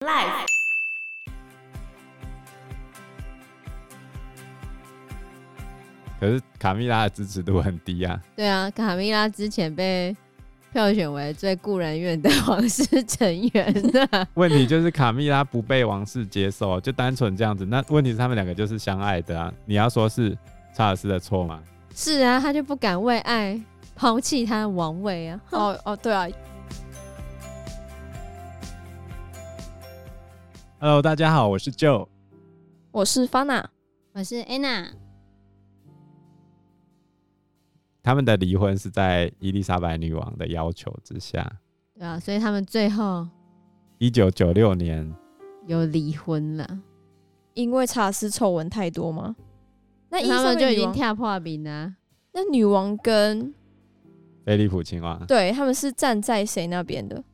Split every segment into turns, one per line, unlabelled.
Life。
可是卡蜜拉的支持度很低啊，
对啊，卡米拉之前被票选为最故人院的 皇室成员啊 呢
问题就是卡蜜拉不被王室接受，就单纯这样子。那问题是他们两个就是相爱的啊，你要说是查尔斯的错吗？
是啊，他就不敢为爱抛弃他的王位啊。
哦哦，对啊，
Hello，大家好，我是 Joe。
我是 Fana，
我是 Anna，
他们的离婚是在伊丽莎白女王的要求之下，
对啊，所以他们最后
一九九六年，
有离婚了，
因为查尔斯丑闻太多吗？那伊
他
莎
们
白
就已
女
经
王
跳啊破冰啦。
那女王跟
菲利普亲王。
对他们是站在谁那边的？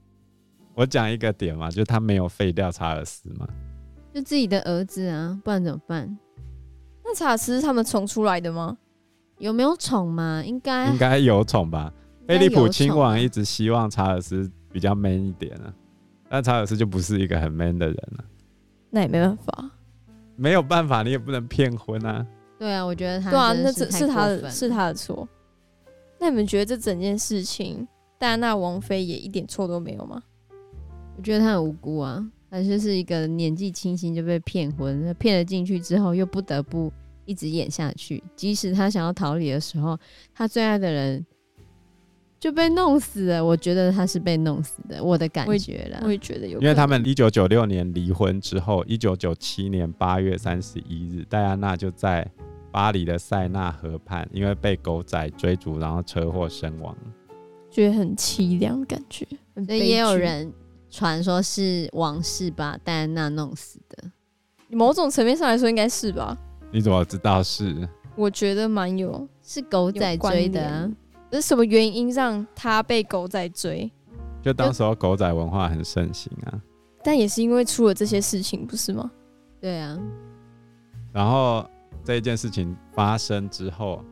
我讲一个点嘛，就是他没有废掉查尔斯嘛，
就自己的儿子啊，不然怎么办？
那查尔斯是他们宠出来的吗？
有没有宠嘛？应该
啊应该有宠吧？菲利普亲王一
一
直希望查尔斯比较 man 一点啊，但查尔斯就不是一个很 man 的人啊，
那也没办法，
没有办法，你也不能骗婚啊。
对啊，我觉得他
对啊，
真的
那这
太
是他
过
的
分
是他的错。那你们觉得这整件事情，戴安娜王妃也一点错都没有吗？
我觉得他很无辜啊，他就是一个年纪轻轻就被骗婚，骗了进去之后又不得不一直演下去。即使他想要逃离的时候，他最爱的人就被弄死了。我觉得他是被弄死的，我的感觉啦
我。也觉得有可能，
因为他们一九九六年离婚之后，一九九七年八月三十一日，戴安娜就在巴黎的塞纳河畔，因为被狗仔追逐，然后车祸身亡。
觉得很凄凉的感觉，很
所以
悲
也有
剧
人传说是王室把戴安娜弄死的。
某种层面上来说应该是吧，
你怎么知道是？
我觉得蛮有。
是狗仔追的、
有关
啊
联，那什么原因让他被狗仔追？
就当时候狗仔文化很盛行啊。
但也是因为出了这些事情，不是吗？
对啊，
然后这一件事情发生之后，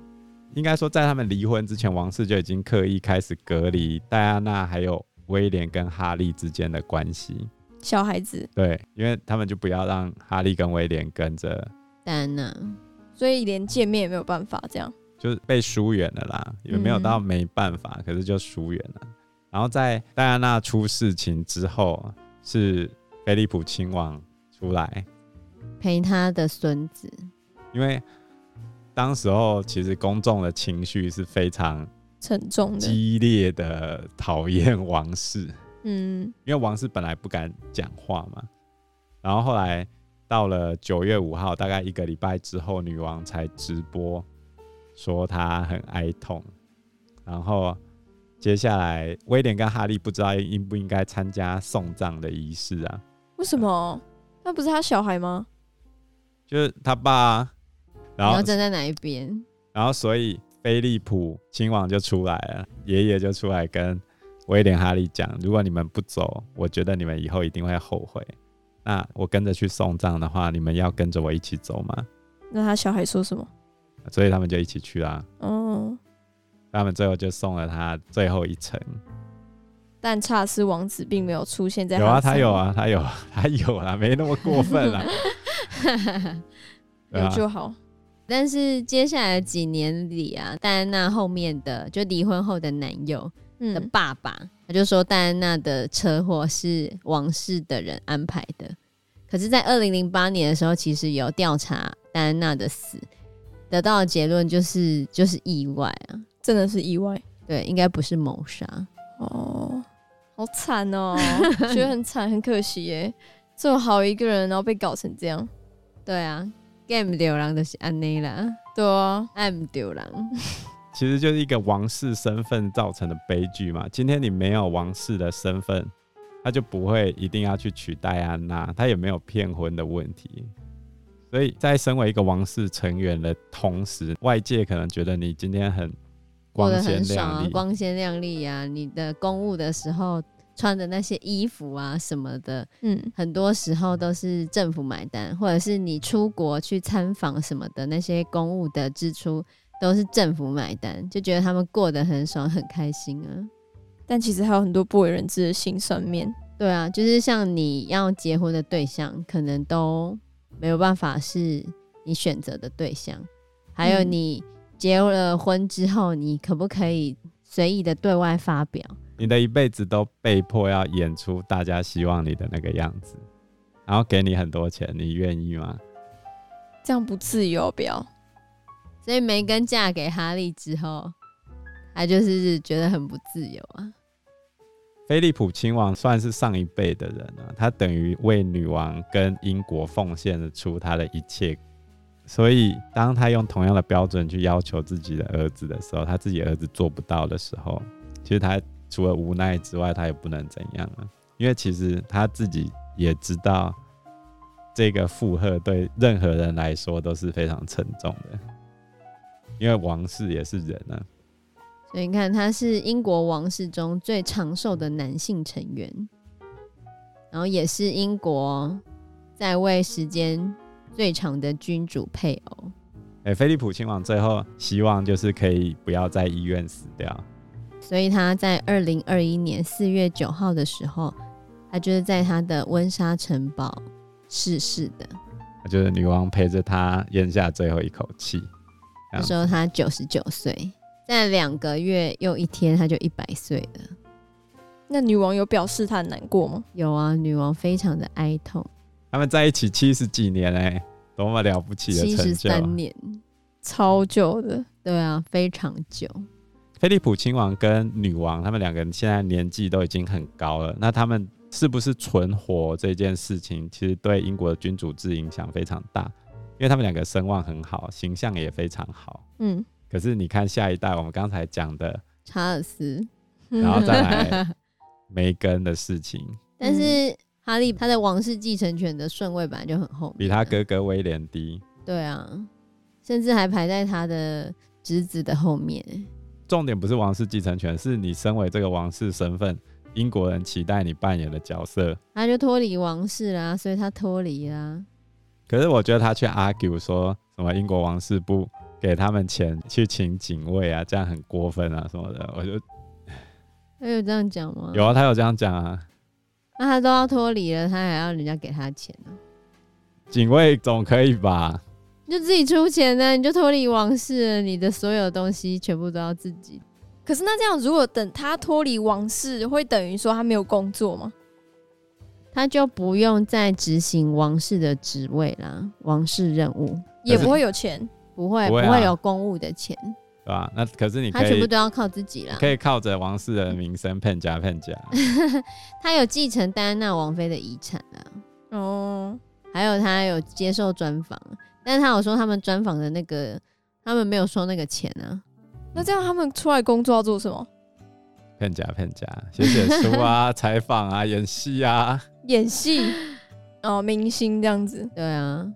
应该说在他们离婚之前，王室就已经刻意开始隔离戴安娜还有威廉跟哈利之间的关系。
小孩子，
对，因为他们就不要让哈利跟威廉跟着
戴安娜
所以连见面也没有办法这样。
就是被疏远了啦，也没有到
嗯
没办法，可是就疏远了。然后在戴安娜出事情之后，是菲利普亲王出来，
陪他的孙子，
因为当时候其实公众的情绪是非常
沉重的，
激烈的讨厌王室，
嗯，
因为王室本来不敢讲话嘛，然后后来到了九月五号，大概一个礼拜之后，女王才直播说她很哀痛，然后接下来威廉跟哈利不知道应不应该参加送葬的仪式啊，
为什么？那不是他小孩吗？
就是他爸啊，
你
然后
要站在哪一边？
然后所以菲利普亲王就出来了，爷爷就出来跟威廉哈利讲，如果你们不走，我觉得你们以后一定会后悔。那我跟着去送葬的话，你们要跟着我一起走吗？
那他小孩说什么？
所以他们就一起去啦。
哦，
他们最后就送了他最后一程。
但查尔斯王子并没有出现在
有啊，
的
他
身
有
边，
啊，他有，他有啦，没那么过分 啦。对啊
有就好。
但是接下来几年里啊，戴安娜后面的就离婚后的男友的
嗯，
爸爸，他就说戴安娜的车祸是王室的人安排的。可是，在二零零八年的时候，其实有调查戴安娜的死，得到的结论就是就是意外啊，
真的是意外
对，应该不是谋杀。
哦，好惨哦，觉得很惨，很可惜耶。这么好一个人，然后被搞成这样，
对啊，game 流浪的是安内啦
对啊，
，I'm 流浪，
其实就是一个王室身份造成的悲剧嘛。今天你没有王室的身份，他就不会一定要去娶戴安娜，他也没有骗婚的问题。所以在身为一个王室成员的同时，外界可能觉得你今天很
过
光
得
鲜
很爽
亮
啊
丽，，
光鲜亮丽啊，你的公务的时候穿的那些衣服啊什么的，
嗯，
很多时候都是政府买单，或者是你出国去参访什么的，那些公务的支出都是政府买单，就觉得他们过得很爽很开心啊。
但其实还有很多不为人知的辛酸面。
对啊，就是像你要结婚的对象，可能都没有办法是你选择的对象，还有
嗯
你结了婚之后，你可不可以随意的对外发表？
你的一辈子都被迫要演出大家希望你的那个样子，然后给你很多钱，你愿意吗？
这样不自由，不要。
所以梅根嫁给哈利之后，她就是觉得很不自由啊。
菲利普亲王算是上一辈的人了、他等于为女王跟英国奉献了出他的一切，所以当他用同样的标准去要求自己的儿子的时候，他自己儿子做不到的时候，其实他除了无奈之外，他也不能怎样了、因为其实他自己也知道这个负荷对任何人来说都是非常沉重的，因为王室也是人啊，
所以你看，他是英国王室中最长寿的男性成员，然后也是英国在位时间最长的君主配偶。
哎、菲利普亲王最后希望就是可以不要在医院死掉。
所以他在二零二一年四月九号的时候，他就是在他的温莎城堡逝世的。
就是女王陪着他咽下最后一口气。这
那
样
时候他九十九岁，在两个月又一天，他就一百岁了。
那女王有表示她很难过吗？
有啊，女王非常的哀痛，
他们在一起七十几年哎、多么了不起的
七
成
十
就！啊
三年，
超久的，
对啊，非常久。
菲利普亲王跟女王他们两个人现在年纪都已经很高了，那他们是不是存活这件事情，其实对英国的君主制影响非常大，因为他们两个声望很好，形象也非常好。
嗯，
可是你看下一代，我们刚才讲的，
查尔斯，嗯
然后再来梅根的事情，
但是
嗯
哈利他的王室继承权的顺位本来就很后面，啊
比他哥哥威廉低。
对啊，甚至还排在他的侄子的后面。
重点不是王室继承权，是你身为这个王室身份，英国人期待你扮演的角色。
他就脱离王室啦，所以他脱离啦。
可是我觉得他去 argue 说什么英国王室不给他们钱去请警卫啊，这样很过分啊什么的，我就
他有哎这样讲吗？
有啊，他有这样讲啊。
那他都要脱离了，他还要人家给他钱啊呢、
警卫总可以吧？
你就自己出钱呢、你就脱离王室了，你的所有东西全部都要自己。
可是那这样，如果等她脱离王室，会等于说她没有工作吗？
他就不用再执行王室的职位啦，王室任务
也
可是
不会有钱，
不会
不会啊
有公务的钱，
对吧？那可是你
他
可
全部
以
都要靠自己啦。
可以靠着王室的名声骗假骗假，
他有继承戴安娜王妃的遗产啊，
哦，
还有他有接受专访，啊但是他有说他们专访的那个，他们没有收那个钱啊。
那这样他们出来工作要做什么？
骗假骗假，写写书 啊、采访啊、演戏啊。
演 戏，哦，明星这样子，
对啊，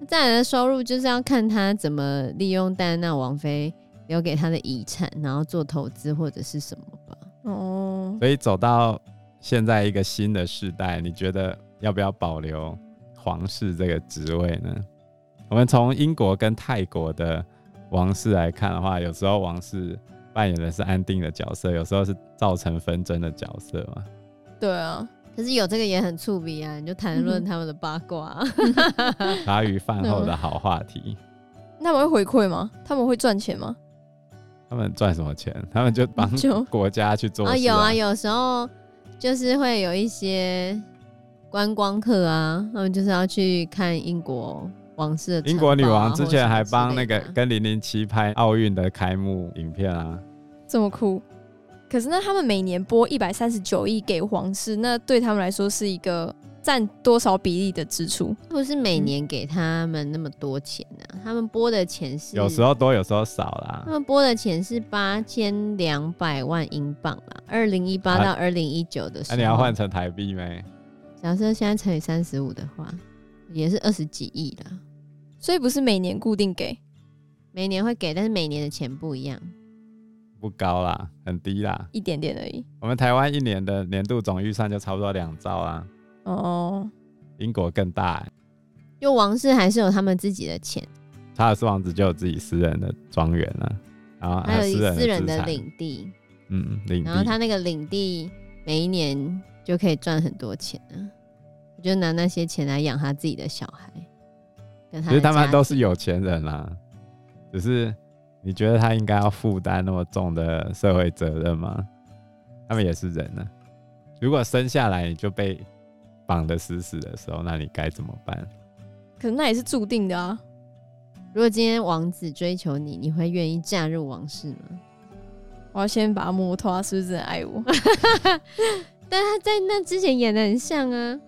那再来的收入就是要看他怎么利用戴安娜王妃留给他的遗产，然后做投资或者是什么吧。
哦，
所以走到现在一个新的世代，你觉得要不要保留皇室这个职位呢？我们从英国跟泰国的王室来看的话，有时候王室扮演的是安定的角色，有时候是造成纷争的角色 嘛。
对啊，
可是有这个也很触鼻啊，你就谈论他们的八卦、啊
茶余饭后的好话题，
嗯
那他们会回馈吗？他们会赚钱吗？
他们赚什么钱？他们就帮
就
国家去做事、
啊，有啊，有时候就是会有一些观光客啊，他们就是要去看英国王室的、啊
英国女王之前还帮那个
跟。
跟零零七拍奥运的开幕影片啊，
这么酷？可是那他们每年拨一百三十九亿给皇室，那对他们来说是一个占多少比例的支出？
不是每年给他们那么多钱呢、他们拨的钱是
有时候多，有时候少啦
他。们拨的钱是八千两百万英镑啦，二零一八
啊
到二零一九的时
那、
候，
你要换成台币没？
假设现在乘以三十五的话，也是二十几亿啦。
所以不是每年固定给，
每年会给，但是每年的钱不一样。
不高啦，很低啦。
一点点而已。
我们台湾一年的年度总预算就差不多两兆啦，
哦，
英国更大、欸。
就王室还是有他们自己的钱，
查尔斯王子就有自己私人的庄园了，然后呃
还有一
啊私人
私人
资
的
产，
领地，
嗯，领
然后
地
他那个领地每一年就可以赚很多钱啊。我就拿那些钱来养他自己的小孩，跟他
其实
的家
他
庭。
们都是有钱人啦、只是你觉得他应该要负担那么重的社会责任吗？他们也是人呢、如果生下来你就被绑得死死的时候，那你该怎么办？
可能那也是注定的啊。
如果今天王子追求你，你会愿意嫁入王室吗？
我要先把他摸透，啊他是不是真的爱我？
但他在那之前演的很像啊，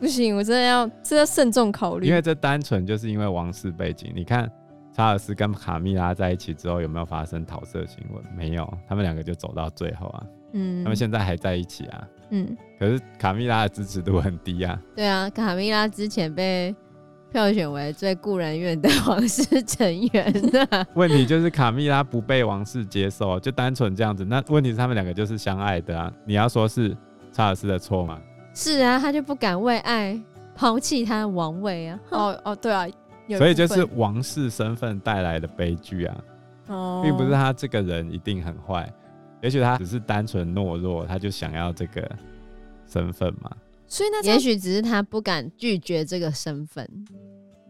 不行，我真的要，这要慎重考虑。
因为这单纯就是因为王室背景。你看查尔斯跟卡蜜拉在一起之后，有没有发生桃色新闻？没有，他们两个就走到最后啊。
嗯
他们现在还在一起啊，
嗯，
可是卡蜜拉的支持度很低啊。
对啊，卡米拉之前被票选为最故人院的 皇室成员啊呢、
问题就是卡蜜拉不被王室接受，啊就单纯这样子。那问题是他们两个就是相爱的啊，你要说是查尔斯的错吗？
是啊，他就不敢为爱抛弃他的王位啊。哦，
哦哦，对啊，有一
所以就
部
是
分
王室身份带来的悲剧啊，
哦，
并不是他这个人一定很坏，也许他只是单纯懦弱，他就想要这个身份嘛。
所以那这
也
样
许只是他不敢拒绝这个身份，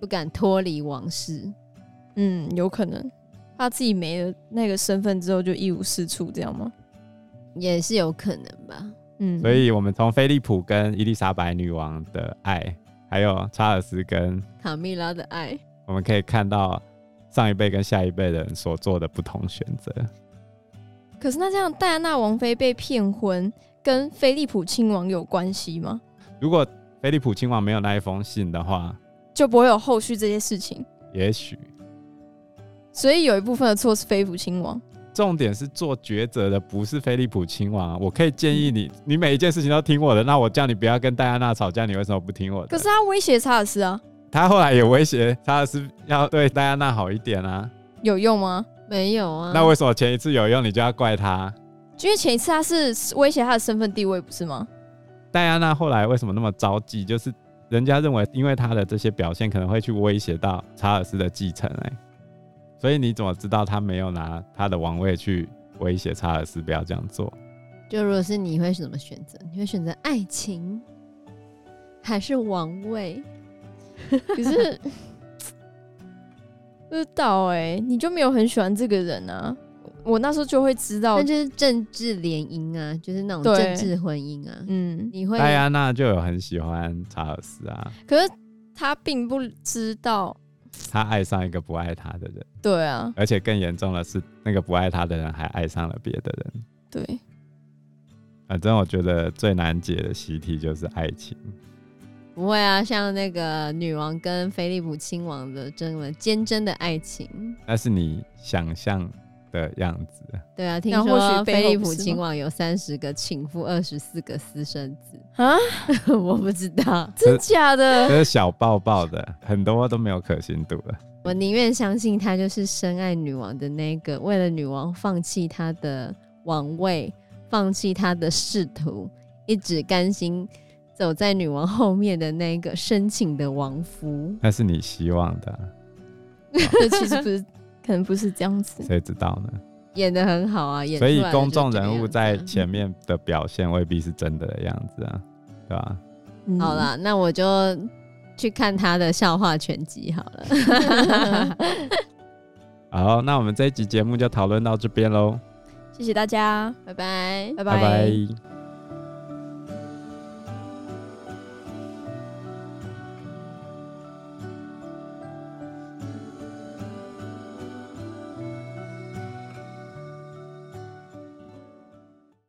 不敢脱离王室。
嗯，有可能怕自己没了那个身份之后就一无是处，这样吗？
也是有可能吧。
嗯，
所以我们从菲利普跟伊丽莎白女王的爱，还有查尔斯跟
卡蜜拉的爱，
我们可以看到上一辈跟下一辈的人所做的不同选择。
可是那这样戴安娜王妃被骗婚跟菲利普亲王有关系吗？
如果菲利普亲王没有那一封信的话，
就不会有后续这些事情。
也许
所以有一部分的错是菲利普亲王。
重点是做抉择的不是菲利普亲王啊。我可以建议你，
嗯
你每一件事情都听我的，那我叫你不要跟戴安娜吵架，你为什么不听我的？
可是他威胁查尔斯啊，
他后来也威胁查尔斯要对戴安娜好一点啊。
有用吗？
没有
嗯
啊？
那为什么前一次有用，你就要怪他？
因为前一次他是威胁他的身份地位，不是吗？
戴安娜后来为什么那么着急？就是人家认为，因为她的这些表现可能会去威胁到查尔斯的继承、欸，所以你怎么知道他没有拿他的王位去威胁查尔斯不要这样做？
就如果是你会怎么选择？你会选择爱情，还是王位？
可是不知道哎、你就没有很喜欢这个人啊。我那时候就会知道
那，就是政治联姻啊，就是那种
对
政治婚姻啊。
嗯，
你会
戴安娜就有很喜欢查尔斯啊，
可是他并不知道，
她爱上一个不爱她的人，
对啊，
而且更严重的是，那个不爱她的人还爱上了别的人。
对，
反正我觉得最难解的习题就是爱情。
不会啊？像那个女王跟菲利普亲王的这么坚贞的爱情，
那是你想象的样子，
对啊，听
那或许
说
背后
菲利普
不是吗
亲王有三十个情妇，二十四个私生子，
啊，
我不知道，
真假的
这？ 是小抱抱的，很多都没有可信度了。
我宁愿相信他就是深爱女王的那个，为了女王放弃他的王位，放弃他的仕途，一直甘心走在女王后面的那个深情的王夫。
那是你希望的啊，
这其实不是，可能不是这样子。
谁知道呢？
演的很好啊，演出
所
来
以
的
公众
就这个
人物
样子
在
啊
前面的表现未必是真的的样子啊，对吧？
嗯
好，啦，那我就去看他的笑话全集好了。
好，那我们这一集节目就讨论到这边喽，
谢谢大家，
拜拜。
拜
拜拜。